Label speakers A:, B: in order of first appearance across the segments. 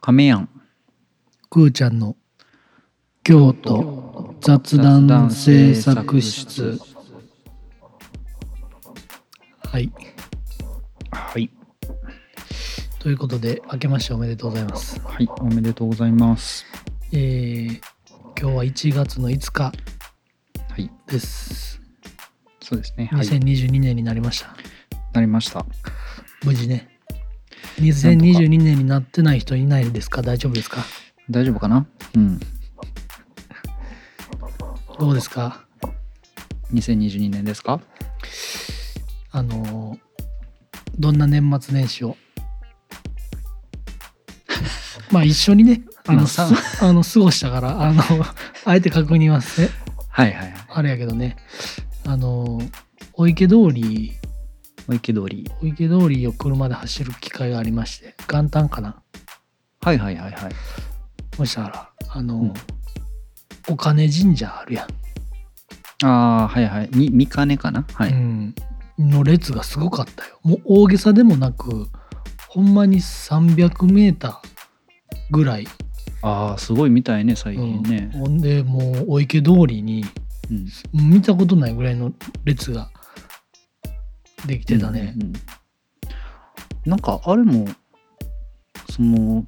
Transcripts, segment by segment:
A: 亀やん
B: くーちゃんの京都雑談制作室はい
A: はい
B: ということで明けましておめでとうございます
A: はいおめでとうございます
B: えー、今日は1月の5日
A: はい
B: です
A: そうですねはい
B: 2022年になりました、
A: なりました
B: 無事ね2022年になってない人いないですか大丈夫ですか
A: 大丈夫かなうん
B: どうですか
A: 2022年ですか
B: あのーどんな年末年始を まあ一緒にねあ
A: ま
B: の
A: あ
B: す
A: さ
B: あの過ごしたからあの あえて確認はせ
A: はいはいはい
B: あれやけどねあのーお池通り
A: お池通り
B: お池通りを車で走る機会がありまして元旦かな
A: はいはいはいはい
B: そしたらあのー、
A: うん
B: お金神社あるやん、
A: ああはいはいみみかねかなはい、
B: うん、の列がすごかったよもう大げさでもなくほんまに 300m ぐらい
A: ああすごいみたいね最近
B: う
A: ね
B: ん、ほんでもうお池通りに
A: うん
B: 見たことないぐらいの列ができてたね
A: う、んうんなんかあれもその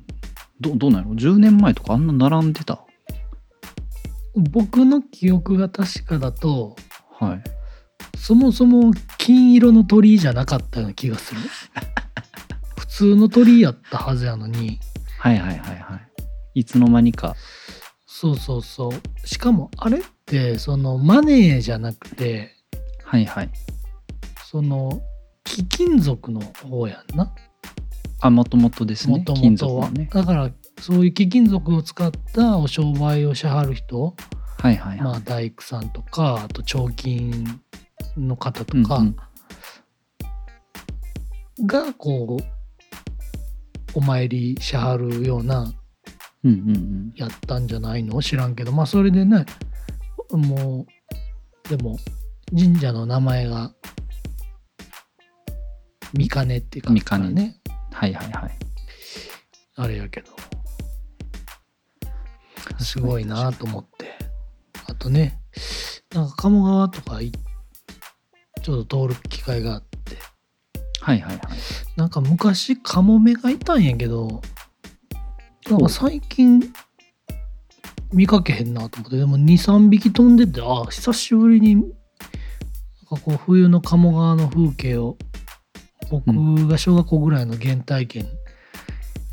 A: どどうなの10年前とかあんな並んでた
B: 僕の記憶が確かだと
A: はい
B: そもそも金色の鳥居じゃなかったような気 がする普通の鳥居やったはずやのに
A: はいはいはいはいいつの間にか
B: そうそうそうしかもあれってそのマネーじゃなくて
A: はいはい
B: その貴金属の方やんな
A: あもともとですね
B: もと
A: 金
B: も
A: 属
B: と
A: の
B: は、
A: ね
B: だからそういう貴金属を使ったお商売をしはる人、
A: はいはいはい、
B: まあ、大工さんとかあと彫金の方と
A: うんう
B: か
A: ん
B: がこうお参りしはるような
A: うんうんうん
B: やったんじゃないの知らんけどまあそれでねもうでも神社の名前が三金っていうか
A: 三金
B: ね
A: はいはいはい
B: あれやけどすごいなと思ってあとねなんか鴨川とかいちょっと通る機会があって
A: はいはいはい
B: なんか昔カモメがいたんやけどなん
A: ほ
B: か
A: う
B: 最近見かけへんなと思ってでも23匹飛んでてあ久しぶりになんかこう冬の鴨川の風景を僕が小学校ぐらいの原体験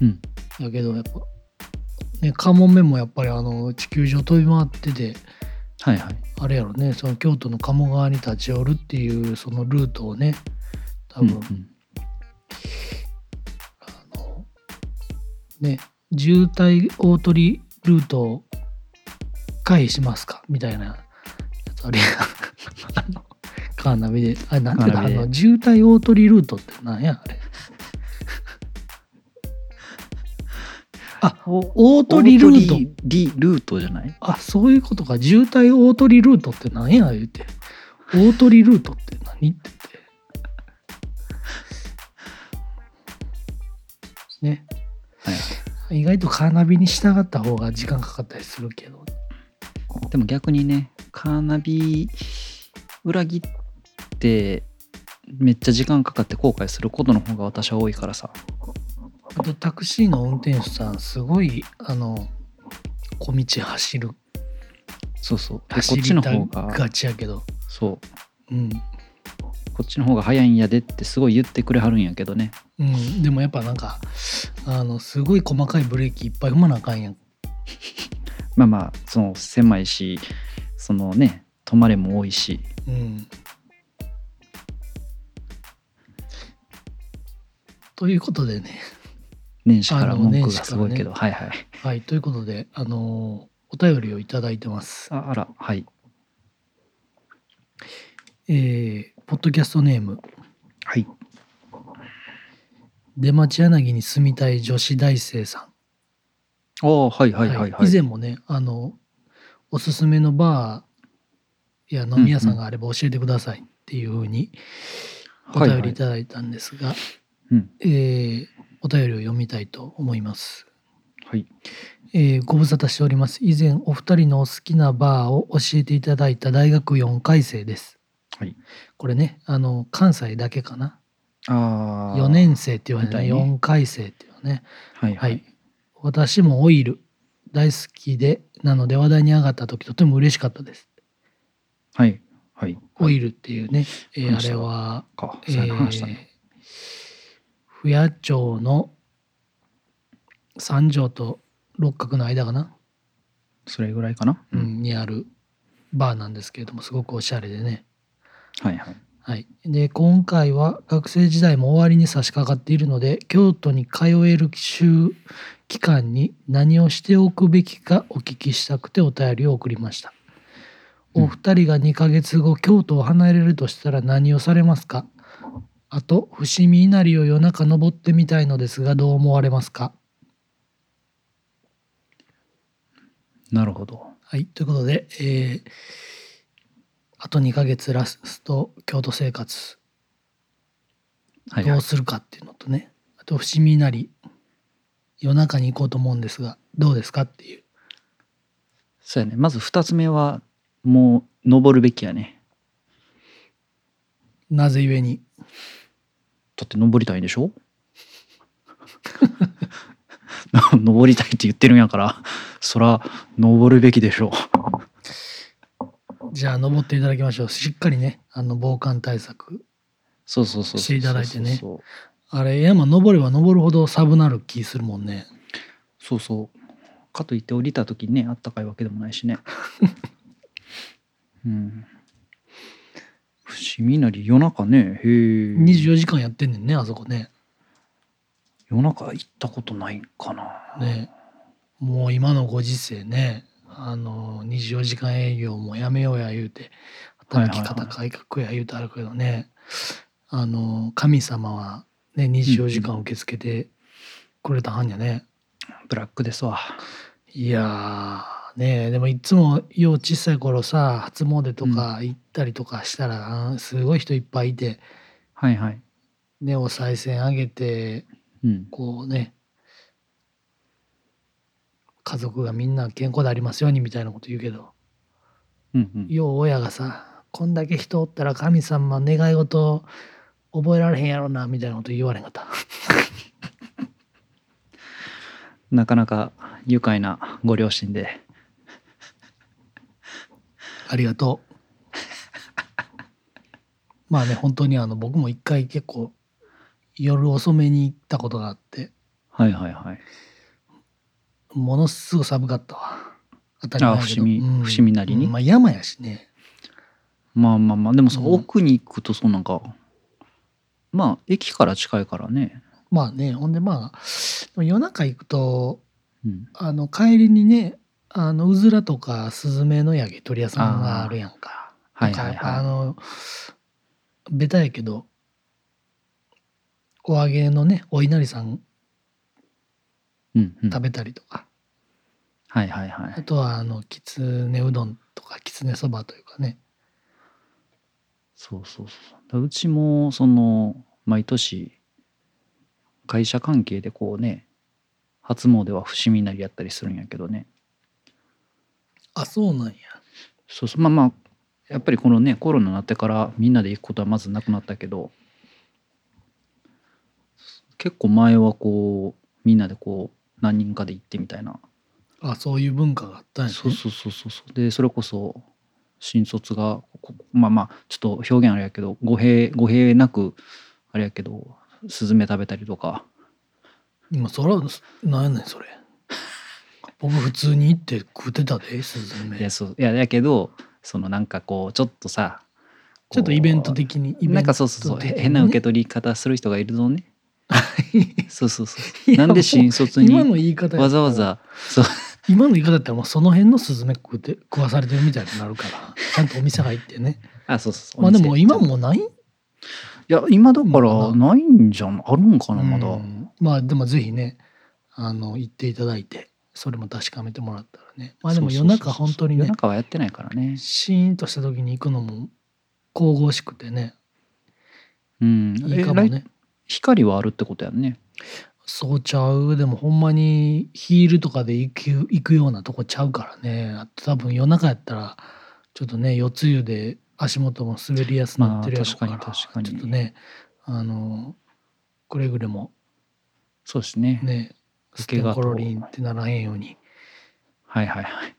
A: うん
B: だけどやっぱ、ね、カモメもやっぱりあの地球上飛び回ってて
A: はいはい
B: あれやろねその京都の鴨川に立ち寄るっていうそのルートをね多分、
A: うんうん
B: あのね渋滞大鳥ルートを回避しますかみたいなやつあれやあの カーナビであれなんていう
A: カ
B: か
A: ー
B: あ
A: ナビで
B: の渋滞大鳥ルートってなんやあれあ大鳥ルート
A: 大鳥リルートじゃない
B: あそういうことか渋滞大鳥ルートって何や言うて大鳥ルートって何って言ってね
A: はいはい
B: 意外とカーナビに従った方が時間かかったりするけど
A: でも逆にねカーナビ裏切ってめっちゃ時間かかって後悔することの方が私は多いからさ
B: あとタクシーの運転手さんすごいあの小道走る
A: そうそうでこ
B: 走
A: っち
B: り
A: の方
B: た
A: が
B: がちやけど
A: そう
B: うん、
A: こっちの方が早いんやでってすごい言ってくれはるんやけどね
B: うん、でもやっぱなんかあのすごい細かいブレーキいっぱい踏まなあかんやん
A: まあまあその狭いしそのね泊まれも多いし
B: うんということでね、
A: 年始から
B: あの
A: 文句が
B: 年始
A: す
B: からね
A: ごいけど、はいはい
B: はい、ということで、あのーお便りをいただいてます。
A: ああらはい
B: えーポッドキャストネーム、
A: はい
B: 出町柳に住みたい女子大生さ
A: ああはい
B: ん。
A: はいはい
B: は
A: はい
B: 以前
A: い
B: もね、あの、おすすめのバーや飲み屋さんがあれば教えてくださいっていうふうにお
A: はい
B: 便
A: は
B: りい
A: い
B: ただいたんですが、
A: うん
B: えーお便りを読みたいと思います。
A: はい。
B: えーご無沙汰しております以前お二人のお好きなバーを教えていただいた大学4回生です
A: はい。
B: これねあの関西だけかな
A: ああ。
B: 4。年生って言われた
A: みたいね
B: 4回生っていうのね
A: はいは。
B: はいい私もオイル大好きでなので話題に上がった時とても嬉しかったです
A: はい。はい。
B: オイルっていうね、えーあ
A: 話した
B: れは
A: か。
B: え
A: そういう話したね。
B: ー不夜城の三条と六角の間かな、
A: それぐらいかな。
B: う。ん、にあるバーなんですけれどもすごくおしゃれでね、
A: はいはい。
B: はい、で今回は学生時代も終わりに差し掛かっているので京都に通える週期間に何をしておくべきかお聞きしたくてお便りを送りましたお二人が2ヶ月後京都を離れるとしたら何をされますかあと伏見稲荷を夜中登ってみたいのですがどう思われますか
A: なるほど。
B: はい、ということで、えーあと2ヶ月ラスト京都生活
A: はい
B: ど
A: は
B: う
A: い。
B: するかっていうのとね、あと伏見なり夜中に行こうと思うんですがどうですかっていう
A: そうやね。まず二つ目は、もう、登るべきやね。
B: なぜゆえに
A: だって登りたいんでしょ 登りたいって言ってるんやから、そら、登るべきでしょ
B: じゃあ登っていただきましょうしっかりねあの防寒対策
A: そうそうそうそう。
B: していただいて
A: そ
B: ね
A: うそう
B: あれ山登れば登るほど寒なる気するもんね
A: そうそうかといって降りた時にねあったかいわけでもないし ねうん伏見なり夜中ねへえ
B: 24時間やってんねんねあそこね
A: 夜中行ったことないかな、
B: ねもう今のご時世ねあの24時間営業もやめようや言うて働き
A: はいは
B: 方
A: い
B: 改革や言うてあるけどね、あの神様は、ね、24時間受け付けてくれたはんやね、
A: ブラックですわ
B: いやーねでもいつもよう小さい頃さ初詣とか行ったりとかしたら、あーすごい人いっぱいいて、
A: はいはい
B: ね、お賽銭あげて
A: うん
B: こうね家族がみんな健康でありますようにみたいなこと言うけど
A: うんうん
B: よう親がさこんだけ人おったら神様願い事覚えられへんやろなみたいなこと言われんかった
A: なかなか愉快なご両親で
B: ありがとう。 まあね本当にあの僕も一回結構夜遅めに行ったことがあって
A: はいはいはい
B: ものすごい寒かったわ当たり前やけど
A: あ伏見
B: うん
A: 伏見なりに
B: うんまあ、山やしね
A: まあまあまあでもそ
B: うん
A: 奥に行くとそうなんか、まあ駅から近いからね
B: まあねほんでまあでも夜中行くと
A: うん
B: あの帰りにねあのうずらとかスズメのやげ鳥屋さんがあるやんか。
A: はいはい
B: なんかあ
A: は
B: のベタやけどお揚げのねお稲荷さん
A: いうんうん
B: 食べたりとか、
A: はいはいは
B: あ
A: い
B: とはあのきつねうどんとかきつねそばというかね
A: そうそうそうだうちもその毎年会社関係でこうね初詣は伏見稲荷やったりするんやけどね
B: あそうなんや
A: そうそうまあまあやっぱりこのねコロナになってからみんなで行くことはまずなくなったけど結構前はこうみんなでこう何人かで行ってみたいな、
B: あそういう文化があったんや、ね、
A: そうそうそうそうそうでそれこそ新卒がこまあまあちょっと表現あれやけど語弊語弊なくあれやけどスズメ食べたりとか
B: 今そらなんやねんそれ 僕普通に行って食ってたでスズ
A: い
B: メ
A: やそういやだけどそのなんかこうちょっとさこう
B: ちょっとイベント的にイベント的にね
A: なんかそうそうそうへ変な受け取り方する人がいるぞねそうそうそう
B: いや
A: なんで新卒
B: 今の
A: に
B: 言い方やったら
A: わざわざそう
B: 今の言い方だったらもうその辺のスズメ食って食わされてるみたいにな るからちゃんとお店入ってね
A: あそうそうそう
B: まあでも今
A: い
B: もない
A: や今だか
B: まあ
A: ら
B: な
A: ないんじゃんあるんかなまだ、
B: うんまあでもぜひねあの行っていただいてそれも確かめてもらったらねまあでも
A: そう
B: 夜
A: そうそう
B: 中本当にね
A: 夜中はやってないからね
B: シーンとした時に行くのも神々しくてね
A: うん
B: いいかも
A: えライ
B: ね
A: 光はあるってことやんね
B: そうちゃうでもほんまにヒールとかで行く行くようなとこちゃうからねあと多分夜中やったらちょっとね四つ湯で足元も滑りやすくなってるやろうから、
A: まあ確かに確かに
B: ちょっとねあのくれぐれも
A: そうですね。
B: ねス
A: 受け
B: テ
A: が
B: コロリンってならへんように
A: はいはいはい。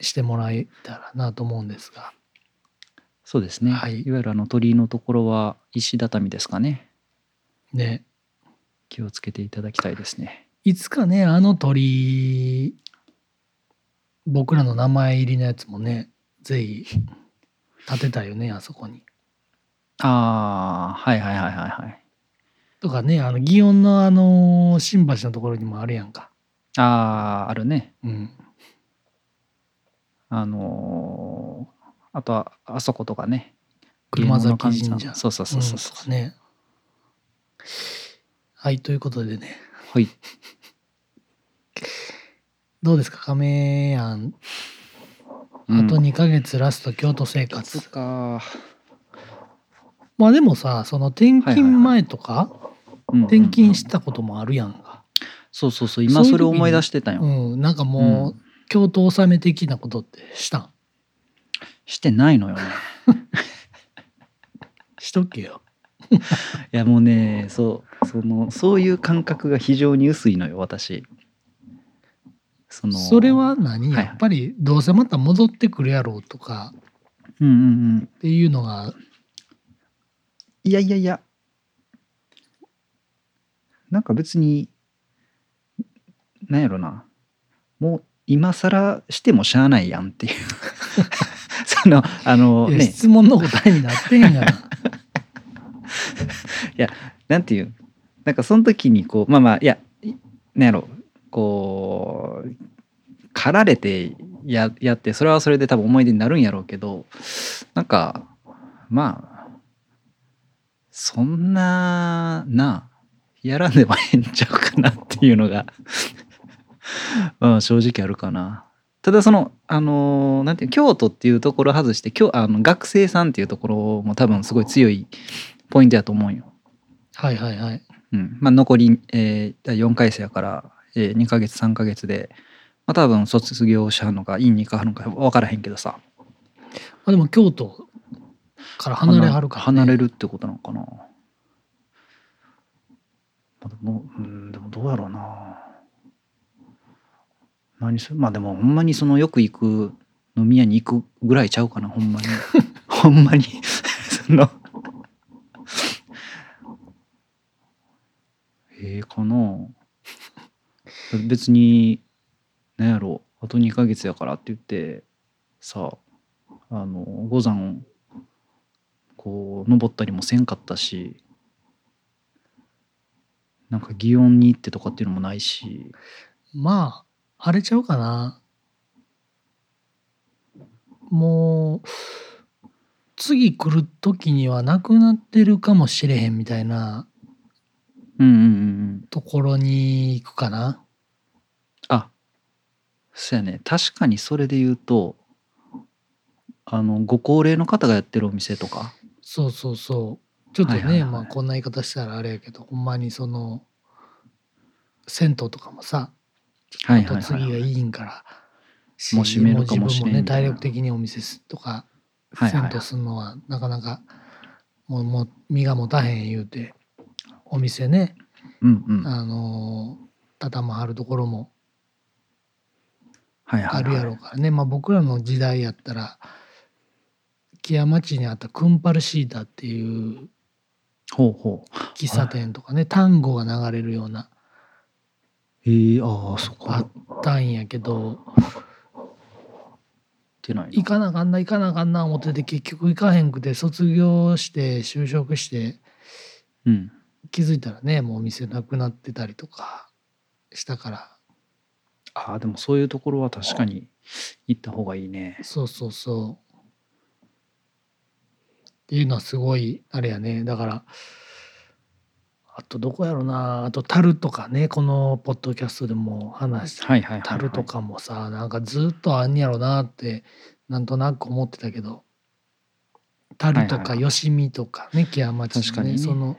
B: してもらえたらなと思うんですが
A: そうですね。
B: はい
A: いわゆるあの鳥居のところは石畳ですかね。
B: ね
A: 気をつけていただきたいですね。
B: いつかねあの鳥僕らの名前入りのやつもねぜひ建てたいよねあそこに。
A: ああ、はいはいはいはいはい。
B: とかねあの祇園のあの新橋のところにもあるやんか。
A: ああ、あるね。
B: うん、
A: あのーあとはあそことかね。
B: 車
A: 家の
B: 崎
A: 神様
B: 神社
A: そうそうそうそう
B: うんと
A: そ
B: かね。はいということでね
A: う。はい。
B: どうですか亀庵
A: う
B: あ
A: ん
B: と2ヶ月ラスト京都生
A: そ
B: 活
A: っ、か。
B: まあでもさその転勤前とか、
A: うんうんうん
B: 転勤したこともあるやんか。
A: そうそうそう。今それを思い出してたよ。
B: うん、なんかもう、
A: う
B: 京都納め的なことってしたん
A: してないのよね。
B: しとけよ。
A: いやもうね、そう、その、そういう感覚が非常に薄いのよ、私。その。
B: それは何
A: はいはい
B: やっぱりどうせまた戻ってくるやろうとか
A: うんうんうん。
B: っていうのが
A: いやいやいや。なんか別に、なんやろな。もう今更してもしゃあないやんっていう。 その、あの
B: いや
A: ね、
B: 質問の答えになって んやん。
A: なんていうなんかその時にこうまあまあいやいなんやろこう駆られてややってそれはそれで多分思い出になるんやろうけどなんかまあそんななやらねばええんちゃうかなっていうのが まあ正直あるかな。ただそのあのなんていう京都っていうところ外して京あの学生さんっていうところも多分すごい強いポイントやと思うんよ。
B: はいはいはい。
A: うんまあ、残り、えー第4回生やから、えー2ヶ月3ヶ月で、まあ、多分卒業しはんのか院に行かはるのか分からへんけどさ
B: まあでも京都から離れはるから、ね、
A: 離れるってことなのかな、まあ、でもうんでもどうやろうな何するまあでもほんまにそのよく行く飲み屋に行くぐらいちゃうかなほんま にほんまにそのええかな別に何やろうあと2ヶ月やからって言ってさあの五山こう登ったりもせんかったしなんか祇園に行ってとかっていうのもないし
B: まあ、荒れちゃうかな。もう、次来る時にはなくなってるかもしれへんみたいな
A: うんうんうんうん
B: ところに行くかな。
A: あそうやね確かにそれで言うとあのご高齢の方がやってるお店とか
B: そうそうそう。ちょっとね、
A: はいはいはい
B: まあこんな言い方したらあれやけど、ほんまにその、銭湯とかもさ、
A: は
B: あ
A: い
B: と
A: はいは
B: 次が
A: い
B: いいんから、し
A: もう閉めるかもしれん
B: う自分もね、
A: みたい
B: 体
A: な
B: 力的にお店すとか、
A: はいはいは
B: 銭
A: い
B: 湯すんのはなかなか、もうもう身が持たへん言うて、お店ね、
A: うんうんはい
B: あのー、畳まはるところも
A: はいはい
B: あるやろうからね、まあ僕らの時代やったら、木屋町にあったクンパルシータっていう
A: ほうほう
B: 喫茶店とかね、単語が流れるような
A: えー、ああそこ
B: あったんやけど
A: ってないな
B: 行かなあかんな行かなあかんな思ってて結局行かへんくて卒業して就職して
A: うん
B: 気づいたらねもうお店なくなってたりとかしたから
A: ああでもそういうところは確かに行った方がいいね
B: そうそうそうっていうのはすごいあれやねだからあとどこやろなあと樽とかねこのポッドキャストでも話した
A: はいはいはい、はい、
B: 樽とかもさなんかずっとあんやろなってなんとなく思ってたけど樽と
A: はい
B: か
A: はい
B: よしみとかね木屋町
A: 確か
B: の
A: に
B: ね
A: ね
B: その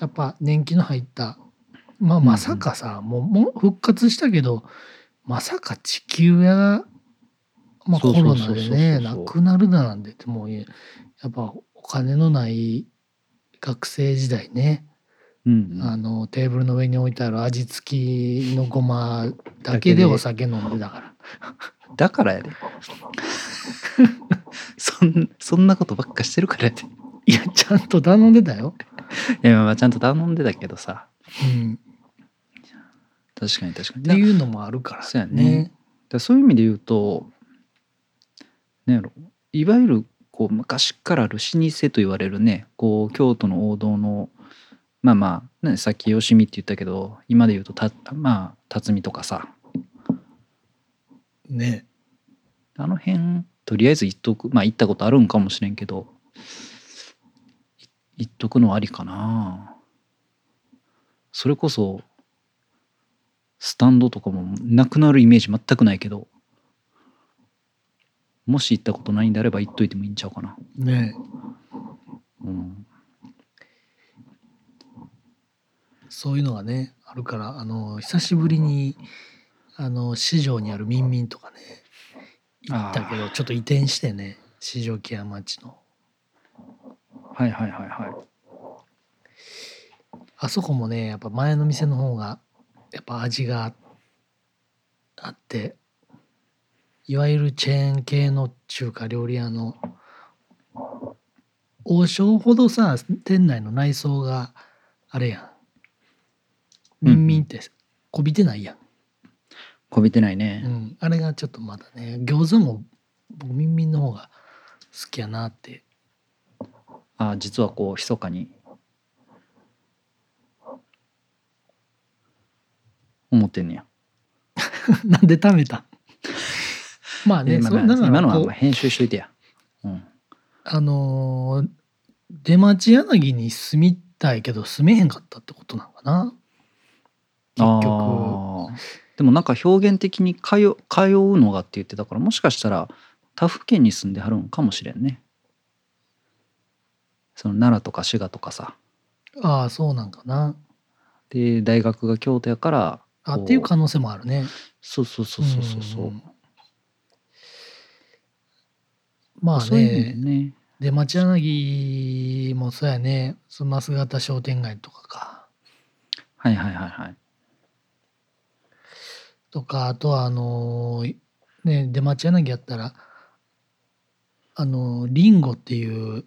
B: やっぱ年季の入ったまあ
A: うん
B: まさかさ、もうもう復活したけどまさか地球屋が、まあ、
A: そう
B: コ
A: そう
B: ロ
A: そうそう
B: ナ
A: そう
B: でねなくなるだなんてってもうやっぱお金のない学生時代ね、
A: うん
B: あのテーブルの上に置いてある味付きのごまだけでお酒飲んでたから。
A: だからやで そんそんなことばっかしてるからやでい
B: いやちゃんと頼んでた よ。
A: やまあまあちゃんと頼んでたけどさ
B: うん、
A: 確かに確かに
B: っていうのもあるから
A: そうやねだそういう意味で言うとなんやろいわゆるこう昔からある老舗と言われるねこう京都の王道のまあまあ、ね、さっきよしみって言ったけど今で言うとたまあ辰巳とかさ
B: ね
A: あの辺とりあえず行っとくまあ行ったことあるんかもしれんけどい行っとくのはありかなそれこそスタンドとかもなくなるイメージ全くないけどもし行ったことないんであれば行っといてもいいんちゃうかな
B: ね
A: うん
B: そういうのがねあるからあの久しぶりにあの市場にあるミンミンとかね行ったけ
A: あ
B: どちょっと移転してね市場木屋町の
A: はいはいはいはい
B: あそこもねやっぱ前の店の方がやっぱ味があっていわゆるチェーン系の中華料理屋の王将ほどさ店内の内装があれやんミンミンってこびてないやん
A: こびてないね、
B: うん、あれがちょっとまだね餃子も僕みんみんの方が好きやなって
A: あ実はこう密かに思ってんねや
B: なん で貯めたまあね、
A: えまあ
B: そ
A: まあ
B: うだから
A: 今のは
B: こ
A: ま
B: う
A: あ編集しといてや。うん、
B: あのー出町柳に住みたいけど住めへんかったってことなのかな結局
A: あーでもなんか表現的に通う通うのがって言ってたからもしかしたら他府県に住んではるんかもしれんね。その奈良とか滋賀とかさ。
B: ああそうなんかな
A: で大学が京都やから
B: あ
A: こう
B: っていう可能性もあるね
A: そうそうそうそうそうそう。
B: んまあ
A: そういう
B: ね
A: 意味でね。
B: 出町柳もそうやねその増形商店街とかか
A: はいはいはいはい。
B: とかあとはあのーね出町柳やったらあのーリンゴっていう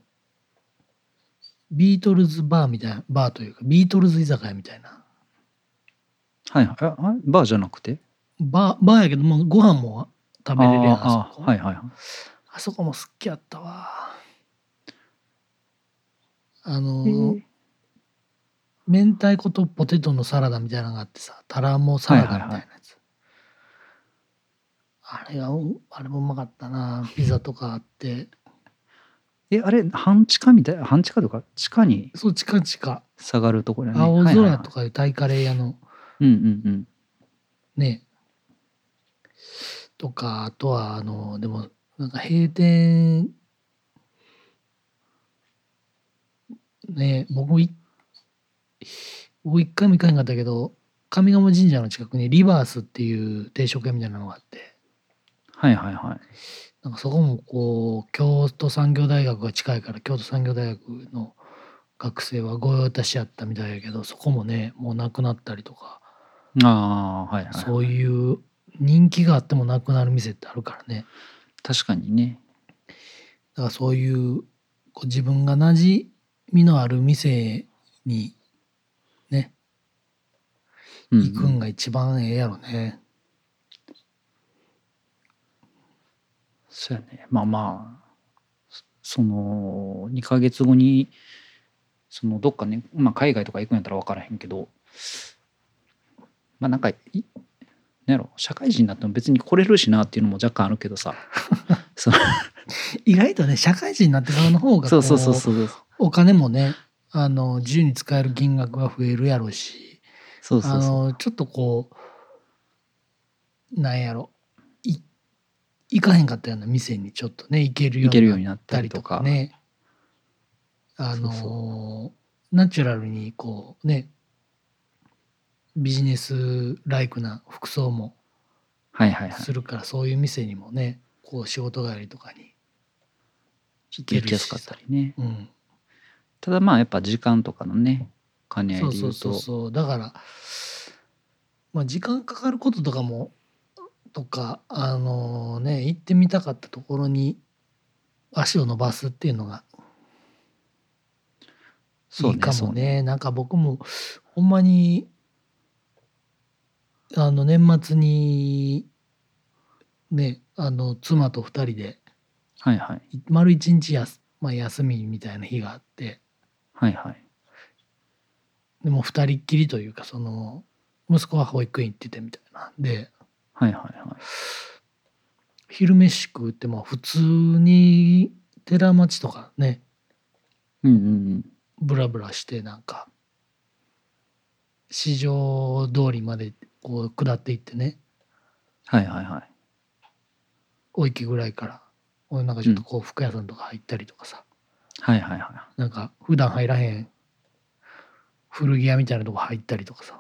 B: ビートルズバーみたいなバーというかビートルズ居酒屋みたいな
A: はいはいあ。あバーじゃなくて
B: バーバーやけどもうご飯も食べれるやんあ
A: あ
B: そ
A: ーあ
B: こ、
A: ーはいはいはい。
B: あそこも好きやったわあ
A: え
B: のー
A: ー
B: 明太子とポテトのサラダみたいなのがあってさタラモサラダみたいなやつ、あれがうあれもうまかったなピザとかあって
A: えあれ半地下みたい半地下とか地下に
B: そう近々
A: 下がるところやね。
B: 青
A: はいはいは
B: 空
A: い
B: とかいうタイカレー屋の
A: うんうんうん。
B: ねとかあとはあのでもなんか閉店ね僕もい僕一回も行かへんかったけど上賀茂神社の近くにリバースっていう定食屋みたいなのがあって
A: はいはいはい。
B: なんかそこもこう京都産業大学が近いから京都産業大学の学生は御用達やったみたいやけどそこもねもうなくなったりとか
A: ああはいはい、はい、
B: そういう人気があってもなくなる店ってあるからね
A: 確かにね
B: だからそういうこう自分が馴染みのある店にね
A: うん
B: 行くんが一番ええやろね、
A: そうやねまあまあそその2ヶ月後にそのどっかね、まあ、海外とか行くんやったら分からへんけどまあなんかいなんやろ社会人になっても別に来れるしなっていうのも若干あるけど さそう
B: 意外とね社会人になってからの方が
A: そ
B: こ
A: うそうそうそう
B: お金もねあの自由に使える金額が増えるやろうし
A: そうそうそう
B: あのちょっとこうなんやろい行かへんかったような店にちょっとね行けるよ
A: 行けるよ
B: う
A: う
B: に
A: に
B: なっ
A: なった
B: た
A: り
B: り
A: と
B: と
A: か
B: かねあの
A: そう
B: ナチュラルにこうねビジネスライクな服装も
A: はいはいはい
B: するから、そういう店にもねこう仕事帰りとかに行け
A: 行
B: る
A: き
B: し
A: やすかったりね
B: うん、
A: ただまあやっぱ時間とかのね兼ね合いう
B: そ
A: で言
B: そう
A: う
B: そう
A: と
B: そうだからまあ時間かかることとかもとかあのね行ってみたかったところに足を伸ばすっていうのがいいかもねなんか僕もほんまにあの年末にねあの妻と2人で
A: はいはい
B: い丸一日やす、まあ、休みみたいな日があって
A: はいはい
B: でも2人っきりというかその息子は保育園行っててみたいなで
A: はいはいは
B: 昼飯食うってまあ普通に寺町とかね
A: いうんうん
B: ブラブラしてなんか市場通りまでこう下っていってね
A: はいはいはい
B: お駅ぐらいから俺なんかちょっとこう服屋さんとか入ったりとかさ、
A: はいはいは
B: なんか普段入らへん古着屋みたいなとこ入ったりとかさ
A: い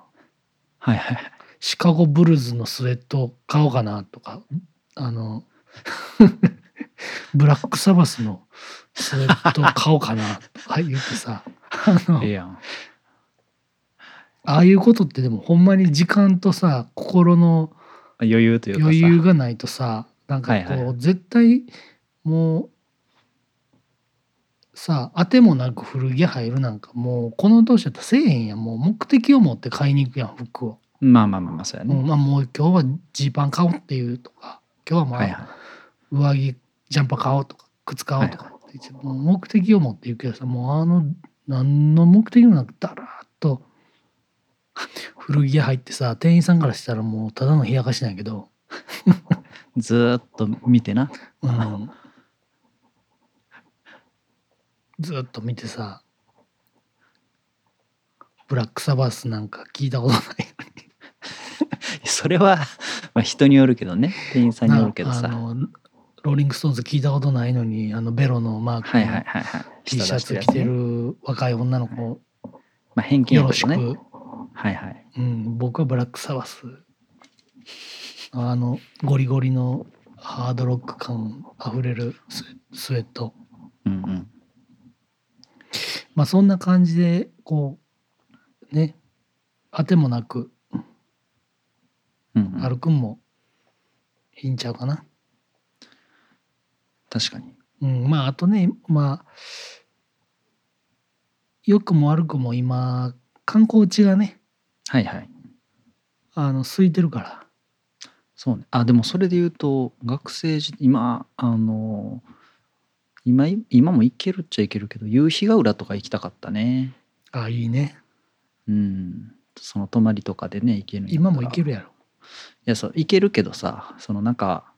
A: はいはい
B: シカゴブルズのスウェット買おうかなとかあの ブラックサバスのスウェット買おうかなとか言ってさあの
A: ええやん
B: ああいうことってでもほんまに時間とさ心の
A: 余裕というかさ
B: 余裕がないとさなんかこう、
A: はいは
B: 絶対もうさあてもなく古着入るなんかもうこの年だったらせえへんやんもう目的を持って買いに行くやん服を、
A: まあまあまあまあそうや
B: う
A: ね、
B: んまあ、もう今日はジーパン買おうっていうとか今日はま
A: はい
B: あ
A: はい
B: 上着ジャンパー買おうとか靴買おうとかって言って、もう目的を持って行くやつはもうあの何の目的もなくだらーっと 古着屋入ってさ店員さんからしたらもうただの冷やかしなんやけど、
A: ずーっと見てな
B: うん、ずっと見てさブラックサバスなんか聞いたことない
A: それは、 まあ、人によるけどね店員さんによるけど
B: な
A: さ
B: あ
A: は
B: のローリング・ストーンズ聞いたことないのにあのベロのマーク
A: いはい
B: の
A: はいはい
B: T シャツ
A: 下出し
B: 着
A: てやつね
B: る若い女の子
A: まあ偏見
B: よ
A: や
B: ろ
A: け
B: し
A: ど
B: く、
A: ねはいはい
B: うん、僕はブラックサバスあのゴリゴリのハードロック感あふれるススウェット
A: うんうん
B: まあそんな感じでこうねあてもなく
A: うんうん
B: 歩くんもいいんちゃうかな、
A: 確かに
B: うん、まああとねまあ良くも悪くも今観光地がね
A: はいはい
B: あの空いてるから
A: そうねあでもそれで言うと学生時今あの今今も行けるっちゃ行けるけど夕日が浦とか行きたかったね
B: ああいいね
A: うんその泊まりとかでね行けるんやったら
B: 今も行けるやろ
A: いやそう行けるけどさそのなんか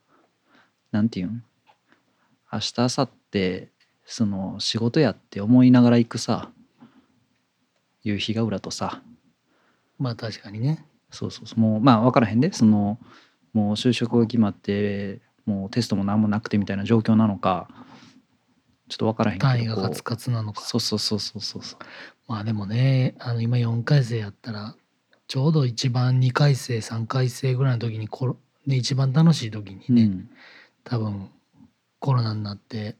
A: なんていうん明日明後日その仕事やって思いながら行くさ夕日が浦とさ
B: まあ確かにね
A: そうそうそうもうまあ分からへんでそのもう就職が決まってもうテストも何もなくてみたいな状況なのかちょっと分からへんけど
B: 単位が
A: こう
B: カツカツなのか
A: そうそうそうそうそうそう
B: まあでもねあの今4回生やったらちょうど一番2回生3回生ぐらいの時にコロ、ね、一番楽しい時にね、
A: うん、
B: 多分コロナになって、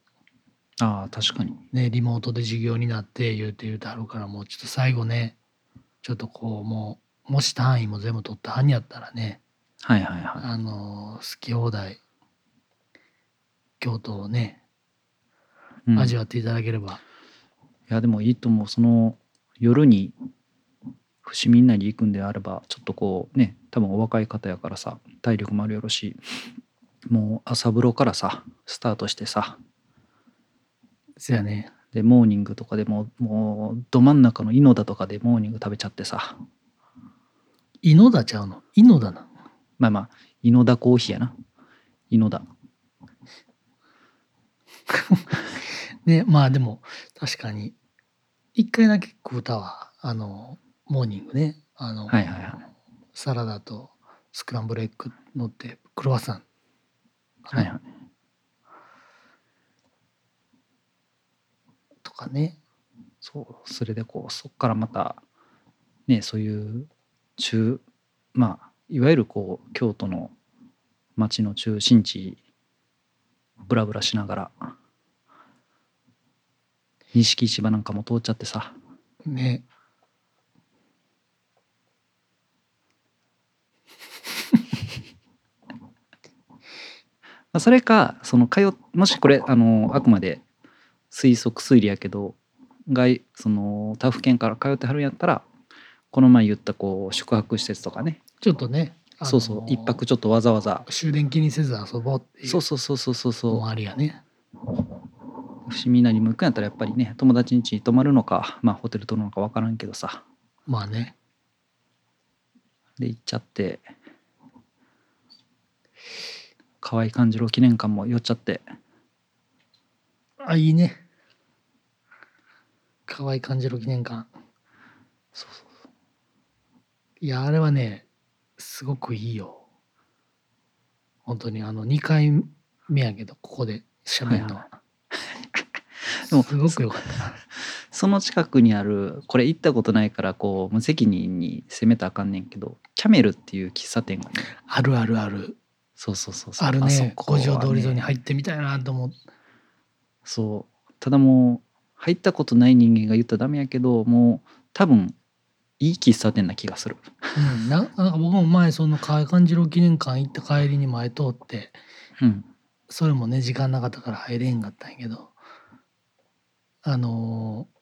A: ああ確かに
B: ね、リモートで授業になって言うて言うてはるからもうちょっと最後ねちょっとこうもうもし単位も全部取ったんやったらね
A: はいはいはい
B: あの好き放題京都をね、
A: うん、
B: 味わっていただければ
A: いやでもいいと思うその夜に伏見稲荷行くんであればちょっとこうね多分お若い方やからさ体力もあるやろしもう朝風呂からさスタートしてさ
B: せやね
A: でモーニングとかでももうど真ん中の井の田とかでモーニング食べちゃってさ
B: 井の田ちゃうの井の田な
A: まあまあ井の田コーヒーやな井の田
B: ねまあでも確かに一回だけ食うたわあのモーニングねあの、
A: はいはいはい
B: サラダとスクランブルエッグ乗ってクロワッサン
A: はいはい
B: とかね
A: そうそれでこうそっからまたねそういう中まあいわゆるこう京都の町の中心地ブラブラしながら錦市場なんかも通っちゃってさ
B: ね。
A: まあそれかその通っもしこれあのあくまで推測推理やけど外その他府県から通ってはるんやったらこの前言ったこう宿泊施設とかね、
B: ちょっとね。あのー
A: そうそう一泊。ちょっとわざわざ
B: 終電気にせず遊ぼうっていう
A: そうそうそうそうそう
B: の
A: そう
B: もありやね。
A: 伏見稲荷も行くんやったらやっぱりね友達ん家に泊まるのかまあホテル取るのか分からんけどさ
B: まあね。
A: で行っちゃって河合勘次郎記念館も寄っちゃって
B: あ、いいね。河合感じる記念館。
A: そうそうそう
B: いや、あれはね、すごくいいよ。本当に、あの、2回目やけど、ここで喋るのは。
A: いでも
B: すごくよかったな。
A: その近くにあるこれ行ったことないからこう無責任に攻めたらあかんねんけどキャメルっていう喫茶店がね
B: あるあるある。
A: そうそうそうそう
B: あるね。
A: そこは
B: 五条通り沿いに入ってみたいなと思って。
A: そうただもう入ったことない人間が言ったらダメやけどもう多分いい喫茶店な気がする
B: うん、ななんか僕も前その河合勘次郎記念館行った帰りに前通って
A: うん
B: それもね時間なかったから入れんかったんやけどあのー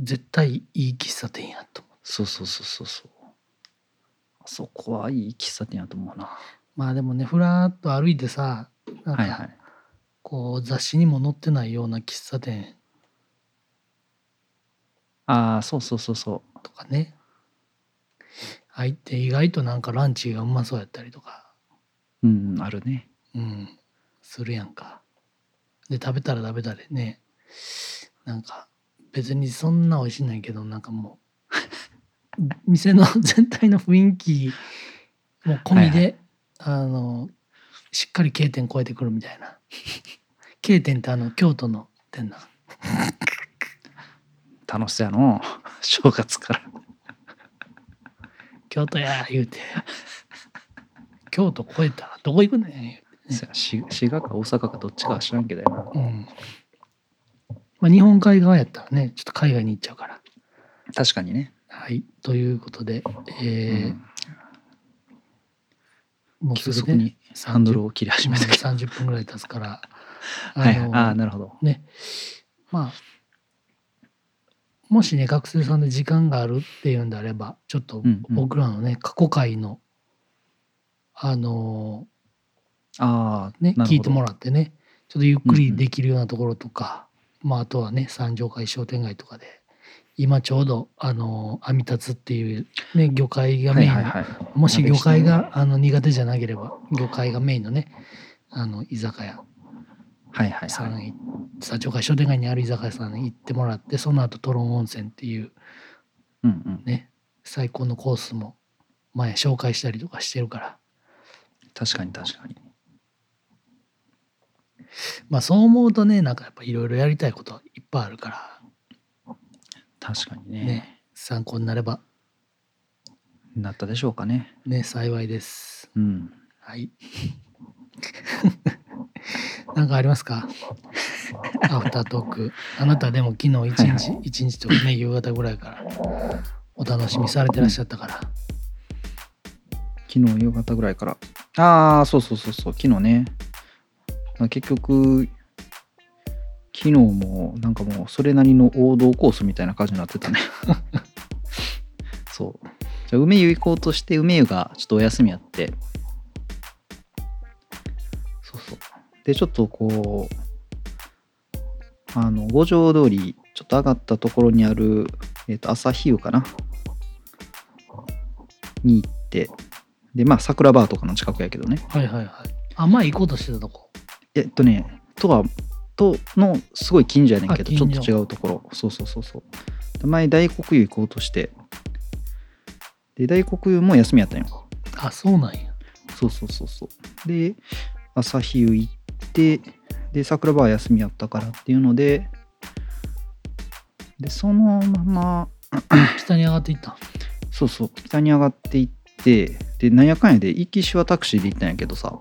B: 絶対いい喫茶店やと思う
A: そうそうそうそうそうあそこはいい喫茶店やと思うな
B: まあでもねふらっと歩いてさなん
A: はいは
B: か
A: い
B: こう雑誌にも載ってないような喫茶店
A: ああそうそうそうそう
B: とかね入って意外となんかランチがうまそうやったりとか
A: うんうんあるね
B: うん、するやんか。で食べたら食べたでねなんか別にそんな美味しいないけどなんかもう店の全体の雰囲気もう込みで、
A: はい
B: あのしっかり K 点超えてくるみたいな K 点ってあの京都の点な
A: 楽しそうやの 正月から
B: 京都や言うて京都超えたらどこ行くねん言うて
A: そうやし滋賀か大阪かどっちかは知らんけどやな
B: うんまあ、日本海側やったらねちょっと海外に行っちゃうから
A: 確かにね、
B: はい、ということで、
A: う
B: え
A: ん
B: ーもうす
A: 急
B: ぐ
A: 速
B: ね
A: にハンドルを切り始めたけど、
B: 30分ぐらい経つ から、
A: はい
B: あの
A: ああなるほど
B: ね、まあ、もしね、学生さんで時間があるっていうんであれば、ちょっと
A: うんうん
B: 僕らのね、過去回の、あの
A: ああ
B: ーね、
A: なるほど
B: 聞いてもらってね、ちょっとゆっくりできるようなところとか、まあ、あとはね、三条会商店街とかで、今ちょうど、あのー、網立つっていう、ね、魚介が
A: は
B: メ
A: い
B: インの
A: はいはい
B: もし魚介があの苦手じゃなければ魚介がメインのねあの居酒屋
A: はいはい
B: さ
A: は
B: ん
A: い
B: へ社長会商店街にある居酒屋さんに行ってもらってその後トロン温泉っていう
A: うんうん
B: ね最高のコースも前紹介したりとかしてるから
A: 確かに確かに
B: まあそう思うとねなんかやっぱいろいろやりたいことはいっぱいあるから
A: 確かにね
B: ね参考になれば
A: なったでしょうかね
B: ね幸いです
A: うん
B: はい なんかありますかアフタートークあなたでも昨日一
A: はい
B: 日一、日とかね夕方ぐらいからお楽しみされてらっしゃったから
A: 昨日夕方ぐらいからああそうそうそうそう昨日ねまあ結局昨日もなんかもうそれなりの王道コースみたいな感じになってたね そうじゃあ梅湯行こうとして梅湯がちょっとお休みやってそうそうでちょっとこうあの五条通りちょっと上がったところにある、えっと朝日湯かなに行ってでまあ桜バーとかの近くやけどね
B: はいはいはいあ前行こうとしてたとこ
A: えっとねとはとのすごい近所やねんけど
B: あ
A: ちょ
B: 近
A: っ
B: 所
A: と違うところそうそうそうそうで前大黒湯行こうとしてで大黒湯も休みやったんよ
B: あそうなんや
A: そうそうそうそうで朝日湯行ってで桜バー休みやったからっていうのででそのまま
B: 北に上がっていったん
A: そうそう北に上がっていってでなんやかんやで行きしはタクシーで行ったんやけどさ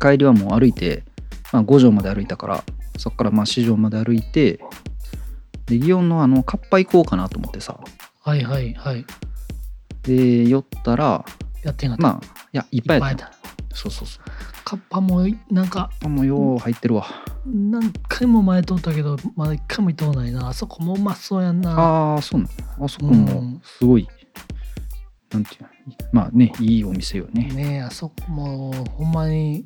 A: 帰りはもう歩いて、まあ、五条まで歩いたからそっからまあ四条まで歩いてで祇園のあのカッパ行こうかなと思ってさ
B: はいはいはい。
A: で寄ったら
B: やってなかっ。
A: まあいやいったぱい
B: いっぱ
A: や
B: い
A: っ
B: や
A: た
B: った。
A: そうそうそう
B: カッパもなんか
A: あもうよう入ってるわ
B: 何回も前通ったけどまだ一回も行ったことないなあそこもうまそうやんな
A: ああそうなのあそこもすごい、なんていうのまあねいいお店よね
B: ねえあそこもほんまに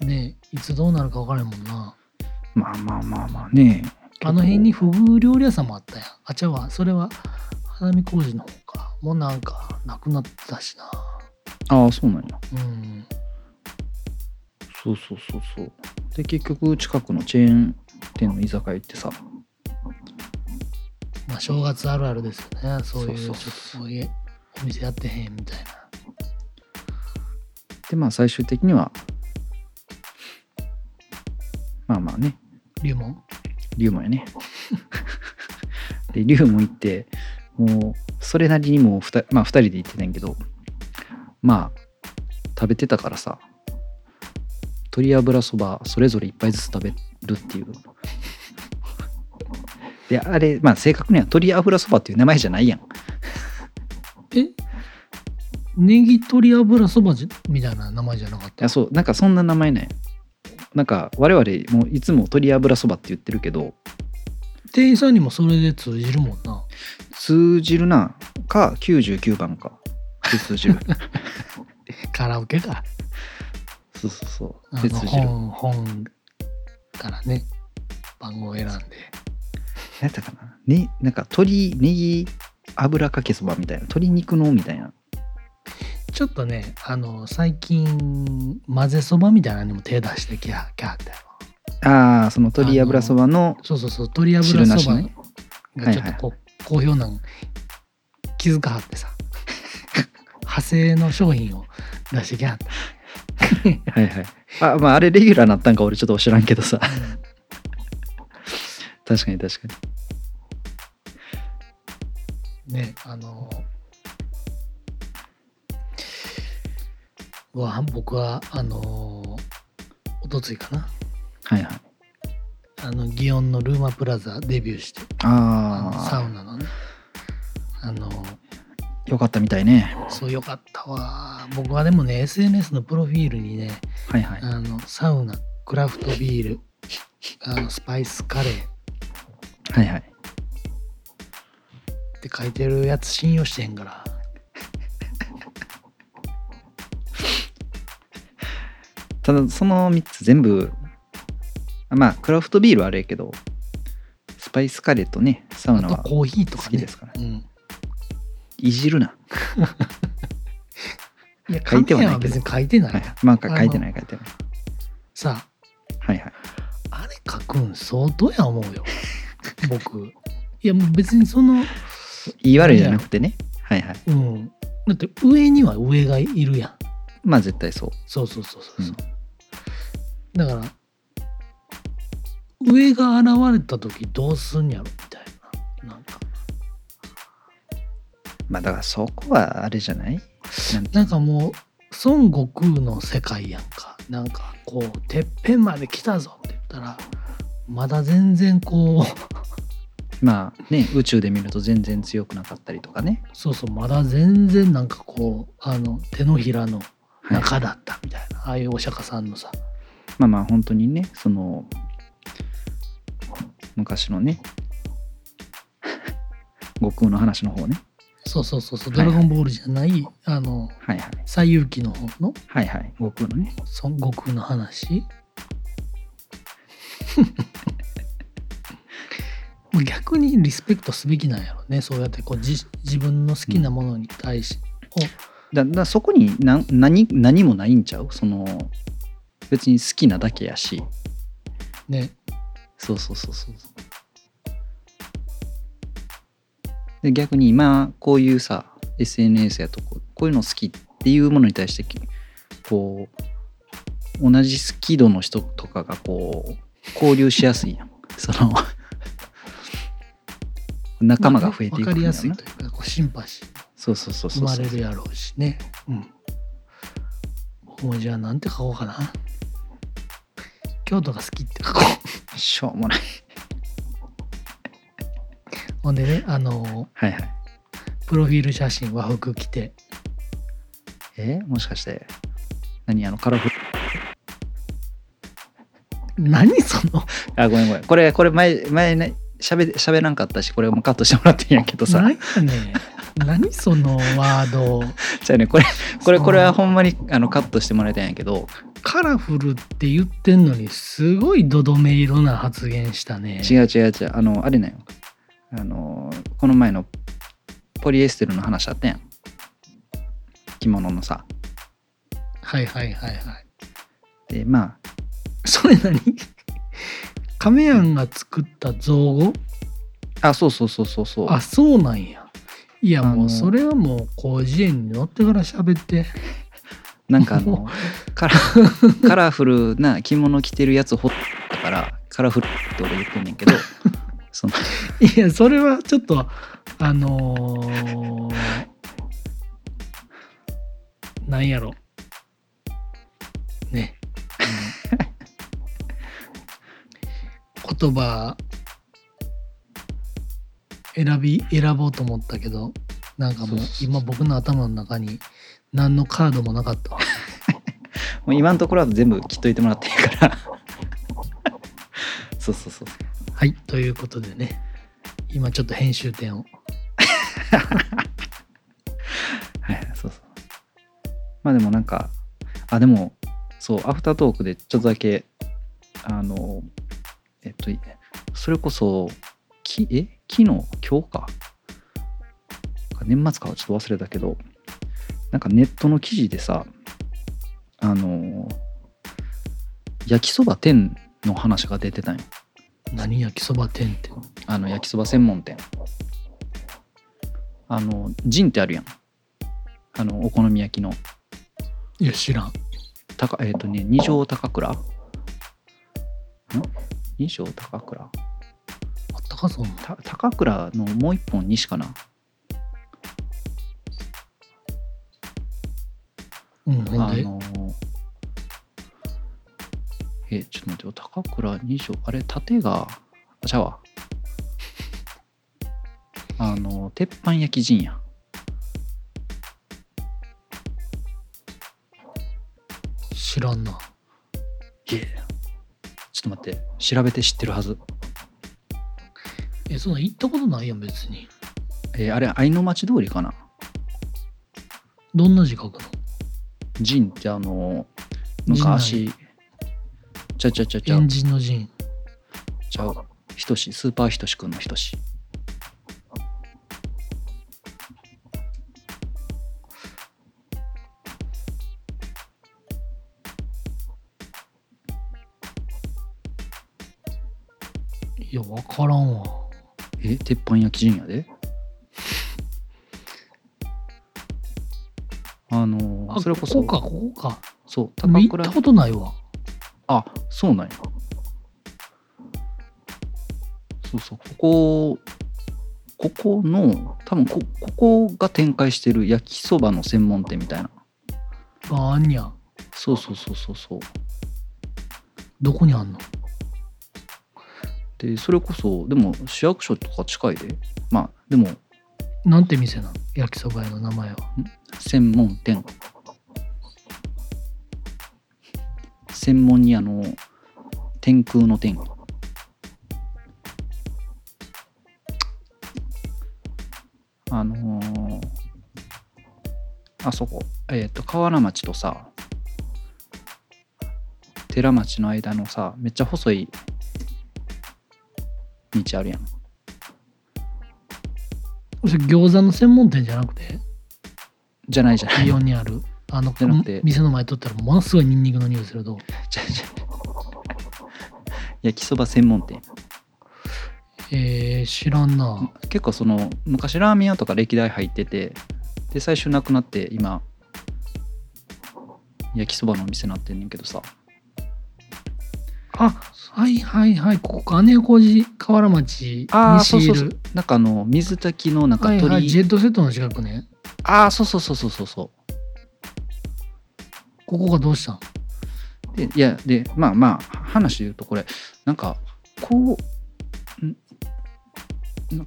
B: ねえいつどうなるか分からへんもんな
A: まあまあまあまあね
B: あの辺にフグ料理屋さんもあったやんあちゃうわそれは花見工事の方かもうなんかなくなったしな
A: ああそうなんや
B: うん
A: そうそうそうそうで結局近くのチェーン店の居酒屋行ってさ
B: まあ正月あるあるですよねそういうち
A: そ
B: ょ
A: う
B: っ
A: そう
B: とそういうお店やってへんみたいな
A: でまあ最終的にはまあまあね
B: 龍門
A: 龍門やね で龍門行ってもうそれなりにもう 2,、まあ、2人で行ってたんやけどまあ食べてたからさ鶏油そばそれぞれ1杯ずつ食べるっていうであれまあ正確には鶏油そばっていう名前じゃないやん
B: えネギ鶏油そばじみたいな名前じゃなか
A: い
B: っ
A: や
B: た
A: そうなんかそんな名前ねなんか我々もういつも鶏油そばって言ってるけど
B: 店員さんにもそれで通じるもんな
A: 通じるなか99番かで通 じる
B: カラオケか
A: そうそうそう
B: あ
A: で
B: の
A: 通じる
B: 本本からね番号を選んで
A: 何やったかなねなんか鶏ネギ油かけそばみたいな鶏肉のみたいな
B: ちょっとねあの最近混ぜそばみたいなのにも手出してきゃきゃって
A: ああその鶏油そばの
B: そうそうそう鶏油
A: 汁な
B: そ
A: し
B: ば
A: の、
B: ねがちょっとこう、好評なん気づかはってさ 派生の商品を出してきゃって、
A: はいはいあまああれレギュラーなったんか俺ちょっと知らんけどさ確かに確かに
B: うんねあのうわ僕はあのおとついかな
A: はいはい
B: あの祇園のルーマプラザデビューしてあのサ
A: あ
B: ウナのねあの
A: あよかったみたいね
B: そうよかったわ僕はでもね SNS のプロフィールにね
A: はいはい
B: あのサウナクラフトビールあのスパイスカレーっ
A: はいはい
B: て書いてるやつ信用してへんから
A: ただその3つ全部あまあクラフトビールはあれやけどスパイスカレーとねサウ
B: あ
A: ナ
B: と
A: は
B: コーヒーとかね
A: 好きですから
B: うん、
A: いじるな、
B: いや
A: 書
B: 書
A: い
B: い
A: て
B: て
A: は
B: は
A: ないけど
B: 別に書いてない、
A: はい、まあか
B: あの
A: 書いてない書いてない
B: さ
A: はいはい
B: ああれ書くん相当や思うよ僕いやもう別にその
A: 言い悪いじゃなくてねはいはい
B: うんだって上には上がいるやん
A: まあ絶対そう
B: そうそうそうそうそう、
A: う
B: だから上が現れた時どうすんやろみたいななんか
A: まあだからそこはあれじゃないなん
B: なんかもう孫悟空の世界やんかなんかこうてっぺんまで来たぞって言ったらまだ全然こう
A: まあね宇宙で見ると全然強くなかったりとかね、
B: そうそうまだ全然なんかこうあの手のひらの
A: はい、
B: 中だったみたいな、ああいうお釈迦さんのさ
A: まあまあ本当にねその昔のね 悟空の話の方ね
B: そうそうそうそう「
A: は
B: ド
A: いは
B: ラ
A: い
B: ゴンボール」じゃない、あの
A: はいはい
B: 西遊記の方の
A: はいはい悟空のね
B: 孫悟空の 話もう逆にリスペクトすべきなんやろねそうやってこう自自分の好きなものに対し、を
A: だだそこに何何何もないんちゃうその別に好きなだけやし
B: ね
A: そうそうそうそうで逆に今こういうさ SNS やとこうこういうの好きっていうものに対してこう同じ好き度の人とかがこう交流しやすいやんその仲間が増えていく
B: わかりやすい
A: な
B: というかこうシンパシー
A: そうそうそう
B: 生
A: そう
B: ま
A: そう
B: れるやろうしね。うん。僕もじゃあなんて書こうかな。京都が好きって書こう。
A: しょうもない
B: ほんでね、あの、
A: はいはい
B: プロフィール写真和服着て、
A: えもしかして何あのカラフル
B: 何その、
A: あごめんごめんこれこれ前前ね喋喋らんかったしこれもうカットしてもらっていいんやけどさ
B: 何やねん。何そのワード。
A: じゃあねこれこれ
B: その
A: これはほんまにあのカットしてもらいたいんやけど
B: カラフルって言ってんのに、すごいどどめ色な発言したね。
A: 違う違う違うあのあれなんよあのこの前のポリエステルの話あったやん着物のさ
B: はいはいはいはい。
A: でまあ
B: それ何 亀やんが作った造語
A: あそうそうそうそうそう
B: あそうなんやいや
A: あの
B: もうそれはもう広辞苑に乗ってから喋って
A: なんかあ
B: も
A: のカラカラフルな着物着てるやつほったからカラフルって俺言ってんねんけどその
B: いやそれはちょっとあのー、なんやろね あの言葉選び選ぼうと思ったけどなんかも
A: そ
B: う
A: うそうそう
B: 今僕の頭の中に何のカードもなかったわ
A: もう今のところは全部切っといてもらっていいからそうそうそう
B: はい、ということでね、今ちょっと編集点を。
A: はいそうそうまあでもなんかあでもそうアフタートークでちょっとだけあのえっとそれこそきえ昨日今日か年末かはちょっと忘れたけどなんかネットの記事でさあの焼きそば店の話が出てたんよ
B: 何焼きそば店って。
A: あの焼きそば専門店あのジンってあるやんあのお好み焼きの
B: いや、知らん。
A: たかえっ、とね二条高倉ん二条高倉
B: あったかそうな。
A: た高倉のもう一本西かな
B: うん、
A: あ
B: ほんで。
A: のーえちょっと待ってよ高倉二条あれ縦があちゃうわあの鉄板焼き陣や
B: 知らんな。
A: いやちょっと待って調べて知ってるはず
B: え、そんな行ったことないやん、別に。
A: えーあれ愛の町通りかな
B: どんな字書くの
A: 陣ってあのーなんか
B: 陣
A: 足ちゃうちゃうちゃうちゃう
B: エンジンの陣。
A: ちゃう。ひとし、スーパーひとしくんのひとし。
B: いや、わからんわ。
A: え、鉄板焼き陣やで。あのー
B: あ、
A: それこそ、
B: ここか、ここか。
A: そう、
B: でも
A: 高
B: 行っ
A: 倉
B: た。ことないわ。
A: あ、そうなんや。そうそう、ここ、ここの、多分こここが展開してる焼きそばの専門店みたいな。
B: あ、あんにゃ。
A: そうそうそうそうそう。
B: どこにあんの
A: で、それこそ、でも市役所とか近いで。まあ、でも、
B: なんて店なの焼きそば屋の名前は。
A: 専門店専門にあの天空の天あのーあそこえっ、と河原町とさ寺町の間のさめっちゃ細い道あるやん
B: それ餃子の専門店じゃなくて、
A: じゃないじゃない
B: イオンにある。あの
A: じゃなくて
B: 店の前取ったらものすごいニンニクの匂いするとこ
A: じゃじゃ焼きそば専門店
B: えー、知らんな。
A: 結構その昔ラーメン屋とか歴代入っててで最終なくなって今焼きそばのお店になってんねんけどさ
B: あはいはいはいここか姉小路河原町
A: ああ
B: 西
A: そう
B: い
A: そう
B: る
A: そうなんかあの水炊きのなんか
B: はい
A: 鳥、
B: はいジェットセットの近くね
A: ああそうそうそうそうそうそ
B: ここがどうしたん
A: うでいやでまあまあ話で言うとこれなんかこうんな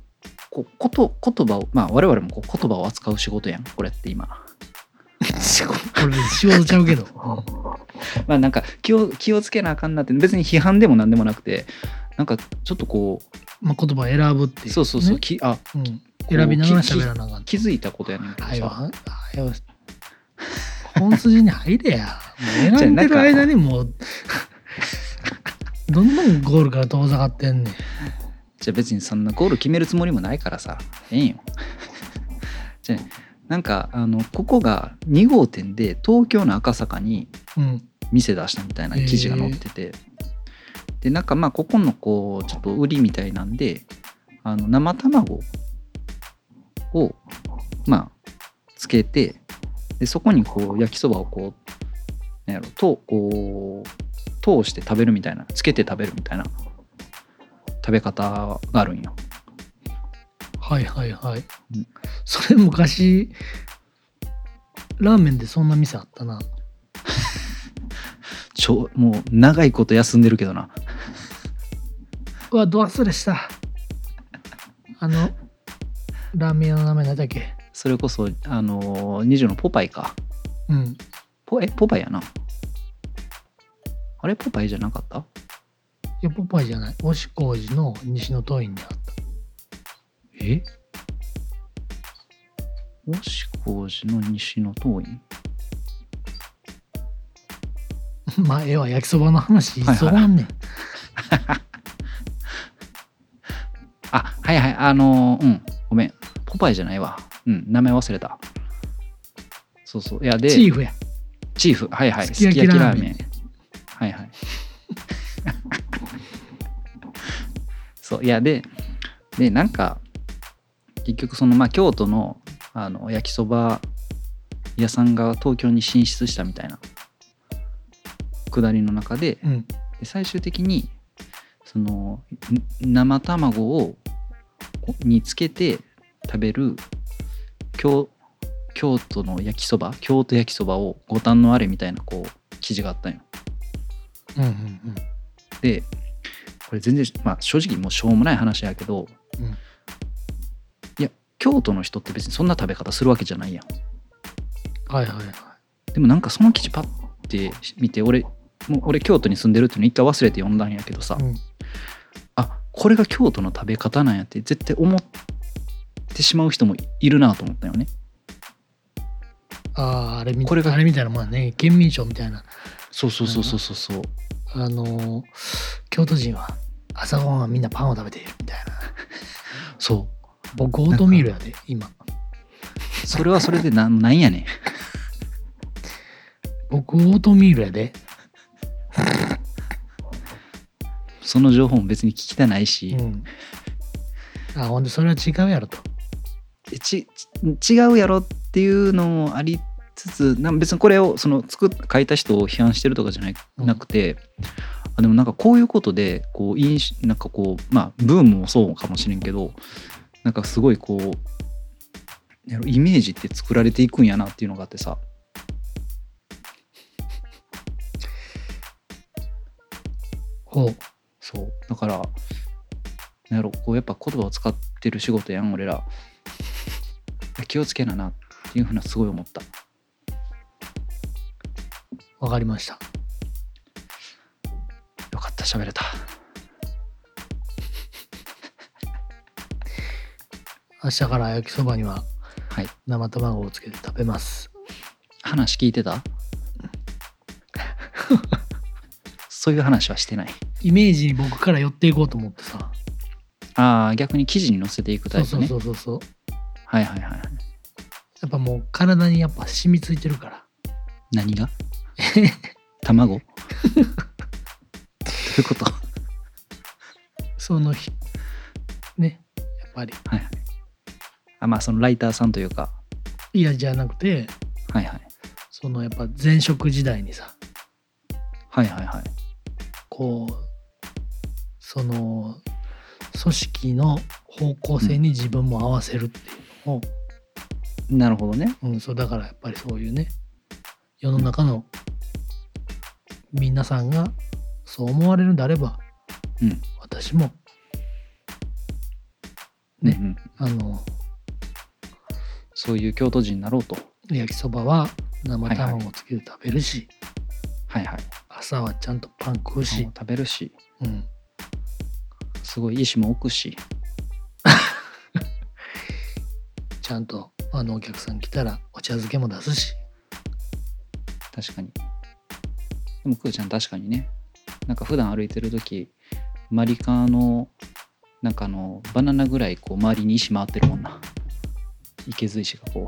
A: こうこと言葉をまあ我々もこう言葉を扱う仕事やんこれって今
B: 仕事これ仕事ちゃ うけど
A: まあなんか気を気をつけなあかんなって別に批判でも何でもなくてなんかちょっとこ
B: まあ言葉選ぶっていう、
A: う
B: ね、
A: そうそうそう、きあ
B: うん、選びながら喋らなあかん
A: 気づいたことやねんけど
B: はよ
A: さ
B: はよ本筋に入 れやもう選んでる間にもうどんどんゴールから遠ざかってんねん
A: じゃあ別にそんなゴール決めるつもりもないからさええんよ じゃあなんかあのここが2号店で東京の赤坂に
B: うん
A: 店出したみたいな記事が載ってて、でなんかまあここのこうちょっと売りみたいなんであの生卵をまあつけてでそこにこう焼きそばをこうなんやろとこう通して食べるみたいなつけて食べるみたいな食べ方があるんよ。
B: はいはいはい、
A: うん
B: それ昔ラーメンでそんな店あったな
A: ちょもう長いこと休んでるけどな。
B: うわど忘れしたあのラーメン屋の名前何だっけ
A: それこそあの二条のポパイか。
B: うん
A: ポえポパイやな。あれポパイじゃなかった
B: いやポパイじゃない押工事の西の桐院であった
A: え星光寺の西の桐院
B: まあ、ええわ、焼きそばの話、
A: はいはい
B: 急がんねん。
A: あはいはいあのーうんごめんポパイじゃないわうん名前忘れたそうそういやで
B: チーフや。
A: チーフはいはい
B: すき焼きラーメン
A: はいはい そういやででなんか結局そのまあ京都のあの焼きそば屋さんが東京に進出したみたいなくだりの中で
B: うん。
A: で最終的にそのん生卵をこにつけて食べる京京都の焼きそば京都焼きそばを五反のあれみたいなこう記事があったんよ
B: うんうん
A: でこれ全然、まあ、正直もうしょうもない話やけど、
B: うん
A: いや京都の人って別にそんな食べ方するわけじゃないやん
B: うん。はいはいはい。
A: でもなんかその記事パッて見て俺もう俺京都に住んでるっていうの一回忘れて読んだんやけどさ、
B: うん、
A: あこれが京都の食べ方なんやって絶対思ってしまう人もいるなと思ったよね
B: ああ、あれみ
A: これが
B: あれみたいなもんやね。県民賞みたいな。
A: そうそうそうそうそうそう
B: あのー京都人は朝ごはんはみんなパンを食べているみたいな。
A: そ
B: 僕、オートミールやで、今。
A: うそれはそれでななんやねん
B: 僕、オートミールやで。
A: その情報も別に聞きたないし
B: う、ん。あ、ほんで、それは違うやろと。
A: えちち違うやろっていうのもありつつなん別にこれをその作っ書いた人を批判してるとかじゃない
B: うん
A: なくて、あでもなんかこういうことでこう飲酒なんかこうまあブームもそうかもしれんけどなんかすごいこうやろイメージって作られていくんやなっていうのがあってさ
B: ほう。
A: そうだからなんやろこうやっぱ言葉を使ってる仕事やん俺ら気をつけななっていうふうなすごい思った
B: わかりました。
A: よかった喋れた
B: 明日から焼きそばには
A: はい
B: 生卵をつけて食べます。
A: 話聞いてた そういう話はしてない
B: イメージに僕から寄っていこうと思ってさ。
A: ああ逆に記事に載せていくタ
B: そ
A: イ
B: う
A: プ
B: そ
A: ね
B: うそうそうそう。
A: はいはいはいはい
B: やっぱもう体にやっぱ染みついてるから。
A: 何 が卵 どういうことは
B: その日、ね、やっぱり。
A: いはいあまあそのライターさんというか
B: いやじゃなくて、
A: はいはい
B: そのやっぱ前職時代にさ、
A: はいはいはい
B: こう、その、組織の方向性に自分も合わせるっていうのを
A: なるほどね。
B: うん、そうだからやっぱりそういうね世の中の皆さんがそう思われるんであれば、
A: うん
B: 私もね
A: うんうん
B: あの
A: そういう京都人になろうと。
B: 焼きそばは生
A: はいはい
B: 卵をつけて食べるし、
A: はいはい。
B: 朝はちゃんとパン食う
A: パン
B: し
A: を、食べるし、
B: うん、
A: すごい意志も置くし。
B: ちゃんとあのお客さん来たらお茶漬けも出すし
A: 確かにでもくーちゃん確かにねなんか普段歩いてる時マリカーのなんかあのバナナぐらいこう周りに石回ってるもんな池津石がこう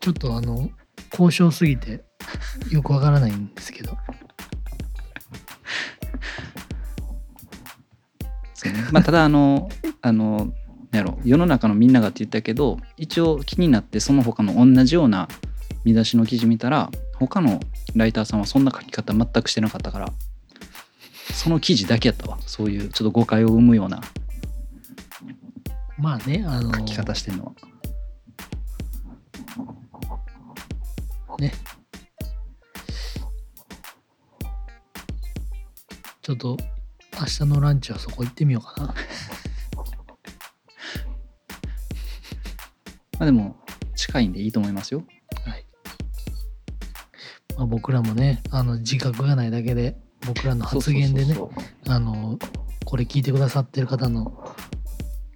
B: ちょっとあの交渉すぎ てよくわからないんですけど
A: そうねまあただあのあのなんやろ世の中のみんながって言ったけど一応気になってその他の同じような見出しの記事見たら他のライターさんはそんな書き方全くしてなかったからその記事だけやったわそういうちょっと誤解を生むような
B: まあねあの
A: 書き方してんのは。
B: ちょっと明日のランチはそこ行ってみようかな
A: まあでも近いんでいいと思いますよ。
B: はい。まあ、僕らもね、あの自覚がないだけで、僕らの発言でね、
A: そうそうそう
B: あの、これ聞いてくださってる方の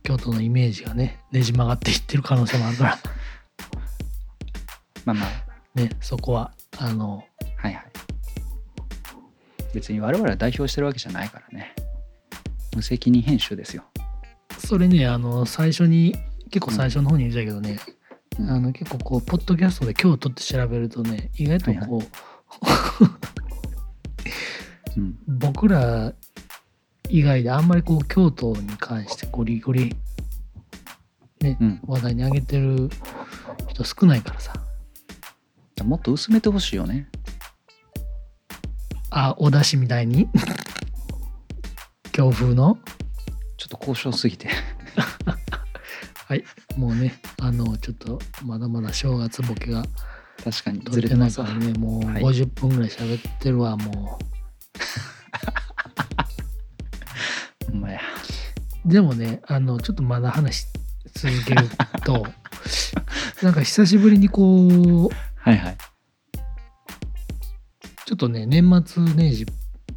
B: 京都のイメージがね、ねじ曲がっていってる可能性もあるから、
A: まあまあ、
B: ね、そこは、あの、
A: はいはい。別に我々は代表してるわけじゃないからね。無責任編集ですよ。
B: それね、あの、最初に、結構最初の方に言ってたけどね、
A: うん
B: あの結構こう、ポッドキャストで京都って調べるとね、意外とこう、
A: うん。
B: 僕ら以外であんまりこう京都に関してゴリゴリ
A: うん、
B: 話題に上げてる人少ないからさ
A: もっと薄めてほしいよね。
B: あお出汁みたいに強風の
A: ちょっと交渉すぎて。
B: もうねあのちょっとまだまだ正月ボケが
A: 確かにず
B: 取
A: れ
B: れ
A: て
B: てな
A: ま
B: い
A: す
B: か
A: わ
B: らねもう
A: はい
B: 50分ぐらい喋ってるわも
A: ほんまや。
B: うでもねあのちょっとまだ話し続ける となんか久しぶりにこう
A: はいはい。
B: ちょっとね、年末年始、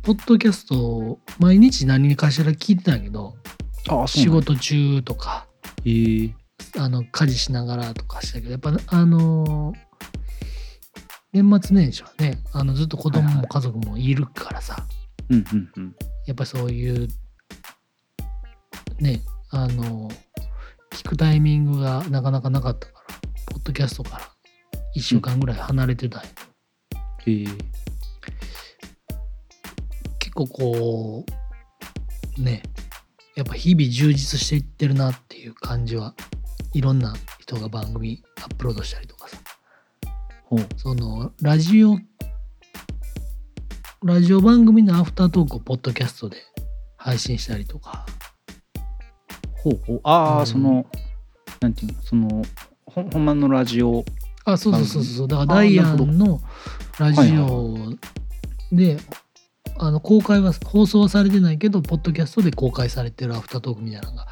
B: ポッドキャストを毎日何かしら聞いてたんやけど、
A: ああ、
B: 仕。事中とか、
A: えー、
B: あの家事しながらとかしたけど、やっぱ、あのー年末年始はね、あのずっと子供
A: はいは
B: も
A: い
B: 家族もいるからさ、
A: うんうんうん。
B: やっぱそういう、ね、あのー聞くタイミングがなかなかなかったから、ポッドキャストから1週間ぐらい離れてたんや
A: えー、
B: 結構こうねやっぱ日々充実していってるなっていう感じはいろんな人が番組アップロードしたりとかさ
A: ほう。
B: そのラジオラジオ番組のアフタートークをポッドキャストで配信したりとか
A: ほうほう。ああ、
B: うん
A: その、なんていうの、その、ほんほんまのラジオ。
B: あそうそうそうそうだから
A: あ
B: ダイア
A: なるほ
B: ンのラジオであの公開は放送はされてないけどポッドキャストで公開されてるアフタートークみたいなのが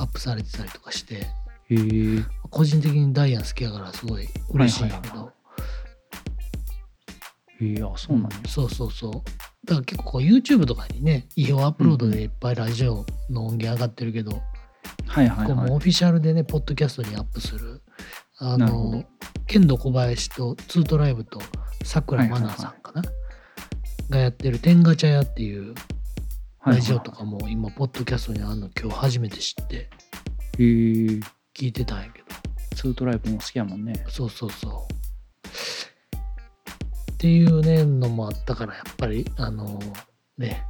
B: アップされてたりとかして
A: へえー。
B: 個人的にダイアン好きやからすごい嬉しいんやけ
A: はいはいはい
B: ど
A: えー、あそうなんや。
B: そうそうそうだから結構こう YouTube とかにね違法アップロードでいっぱいラジオの音源上がってるけど、
A: はいはい
B: こうもう
A: は
B: オフィシャルでねポッドキャストにアップするあ
A: なるほど
B: の剣道小林とツートライブとさくらまなさんかな、がやってる「天ガチャ屋」っていう
A: い。
B: ラジオとかも今ポッドキャストにあるの今日初めて知って
A: へえ。
B: 聞いてたんやけど
A: ツートライブも好きやもんね。
B: そうそうそう。っていうねのもあったからやっぱりあのね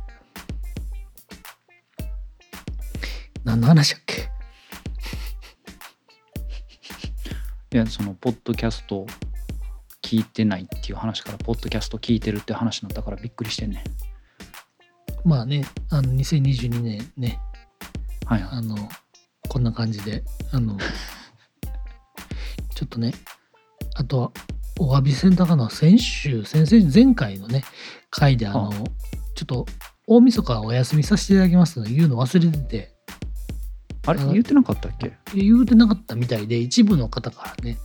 B: 何の話だっけ
A: いや、その、ポッドキャスト聞いてないっていう話から、ポッドキャスト聞いてるって話になったからびっくりしてんね。
B: まあねあの2022年ね
A: はいは
B: あのこんな感じであの ちょっとねあとはお詫びせんとあかんのは先週先々週前回のね回であ
A: あ
B: のちょっと大晦日はお休みさせていただきますので言うの忘れてて
A: あれ
B: あの
A: 言ってなかったっけ
B: 言うてなかったみたいで一部の方からね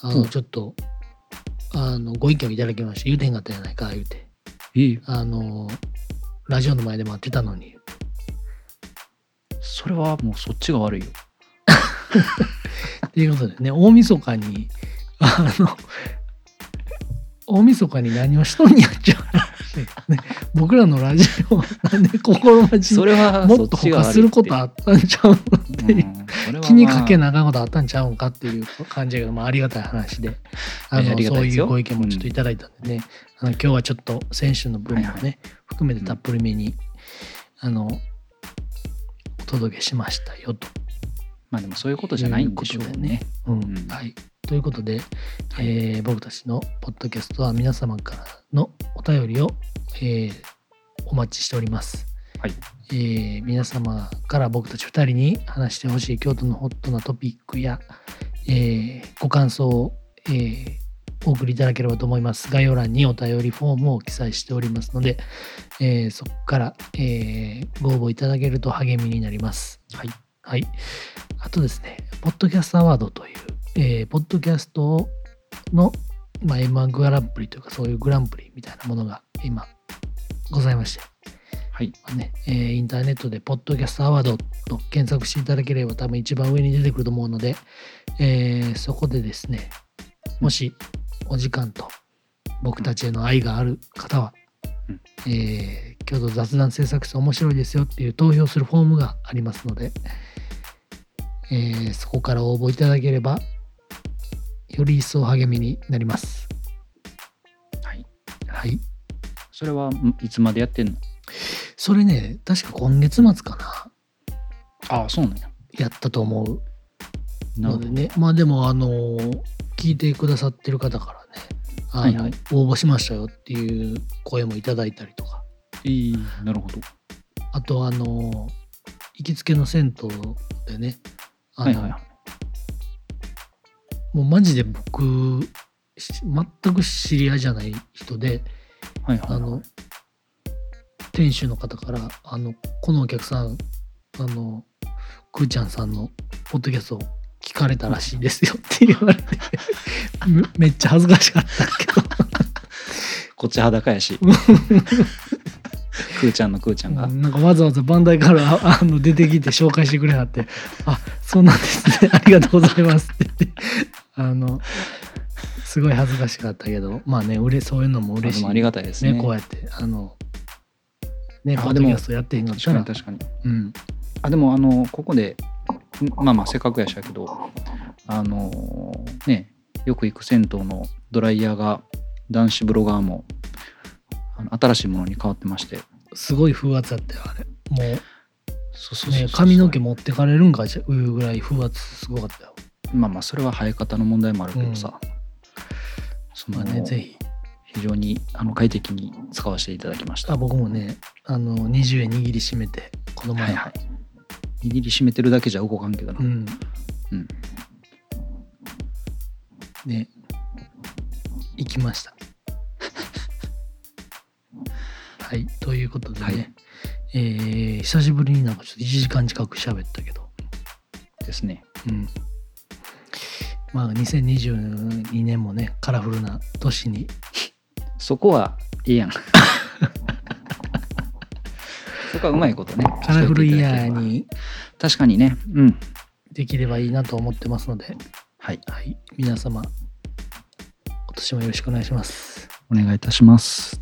B: あの
A: うん
B: ちょっとあのご意見をいただきまして言うてへんかったじゃないか言うて
A: ええ
B: あのラジオの前で待ってたのに
A: それはもうそっちが悪いよ。
B: っていうことでね大晦日にあの大晦日に何をしとんやっちゃう、ね、僕らのラジオなんで心待ち
A: それは
B: もっと他することあったんちゃうのっていう気にかけ
A: い。
B: なあかんことあったんちゃうんかっていう感じが、まあ、ありがたい話であ
A: いや
B: の
A: ありが
B: そ
A: たいうで
B: い
A: すよ
B: うご意見もちょっといただいたんでね、あの今日はちょっと選手の分もね、
A: はい
B: 含めてたっぷりめに、あのお届けしましたよと。
A: まあでもそういうことじゃないんでしょ
B: い
A: う
B: うことだよ
A: ね。
B: うん
A: うん
B: はい、ということで、えー僕たちのポッドキャストは皆様からのお便りを、えーお待ちしております。
A: はい
B: えー皆様から僕たち2人に話してほしい京都のホットなトピックや、えーご感想を、えーお送りいただければと思います。概要欄にお便りフォームを記載しておりますので、えーそこから、えーご応募いただけると励みになります。
A: はい。
B: はい。あとですね、ポッドキャストアワードという、えーポッドキャストの、まあ、M1 グランプリというか、そういうグランプリみたいなものが今、ございまして、
A: はい。
B: まあねえーインターネットで、ポッドキャストアワードと検索していただければ、多分一番上に出てくると思うので、えーそこでですね、もしお時間と僕たちへの愛がある方は、
A: うん
B: えー京都雑談制作室面白いですよっていう投票するフォームがありますので、えーそこから応募いただければ、より一層励みになります。
A: はい。
B: はい。
A: それはいつまでやってんの
B: それね、確か今月末かな、
A: ああ、そうなんや。
B: やったと思う。
A: なるほ
B: の
A: ど
B: で。ね、まあでもあのー聞いてくださってる方からねあの、
A: はいはい
B: 応募しましたよっていう声もいただいたりとか
A: えーなるほど。
B: あとあのー行きつけの銭湯でねあ
A: は
B: の、
A: いはいはい。
B: もうマジで僕し全く知り合いじゃない人で
A: はいはい
B: あ
A: はい
B: の店主の方からあのこのお客さんあのくーちゃんさんのポッドキャストを聞かれたらしいですよって言わ れてめめっちゃ恥ずかしかったけど
A: こっち裸や し。くーちゃんのくーちゃんが。
B: なんかわざわざバンダイからああの出てきて紹介してくれはって「あそうなんですねありがとうございます」って言ってあのすごい恥ずかしかったけどまあねうれそういうのも
A: まあ
B: 嬉
A: で
B: しい
A: もありがたいです
B: ね
A: ね。
B: こうやってあのね
A: あ
B: ポッドキャストやってへんかっ
A: 確
B: た
A: からに確かに。
B: うん
A: あでもあのここでんまあまあせっかくやしたけどあのねよく行く銭湯のドライヤーが男子ブロガーもあの新しいものに変わってまして
B: すごい風圧だったよあれも
A: そう
B: うね髪の毛持ってかれるんかいうぐらい風圧すごかったよ
A: まあまあそれは生え方の問題もあるけどさ、そ
B: ま
A: の
B: あねぜひ
A: 非常にあの快適に使わせていただきました
B: あ僕もねあの20円握りしめてこの前、
A: はいはい握りしめてるだけじゃ動かんけどな、
B: うん
A: うん
B: ね行きましたはいということでね、
A: はい
B: えー久しぶりになんかちょっと1時間近く喋ったけど
A: ですね
B: うんまあ2022年もねカラフルな年に
A: そこはい いやんそこはうまいことね
B: カラフルイヤ
A: しといていただけれ
B: ー
A: ば
B: に
A: 確かにね。うん。
B: できればいいなと思ってますので、
A: はい。
B: はい、皆様今年もよろしくお願いします
A: お願いいたします。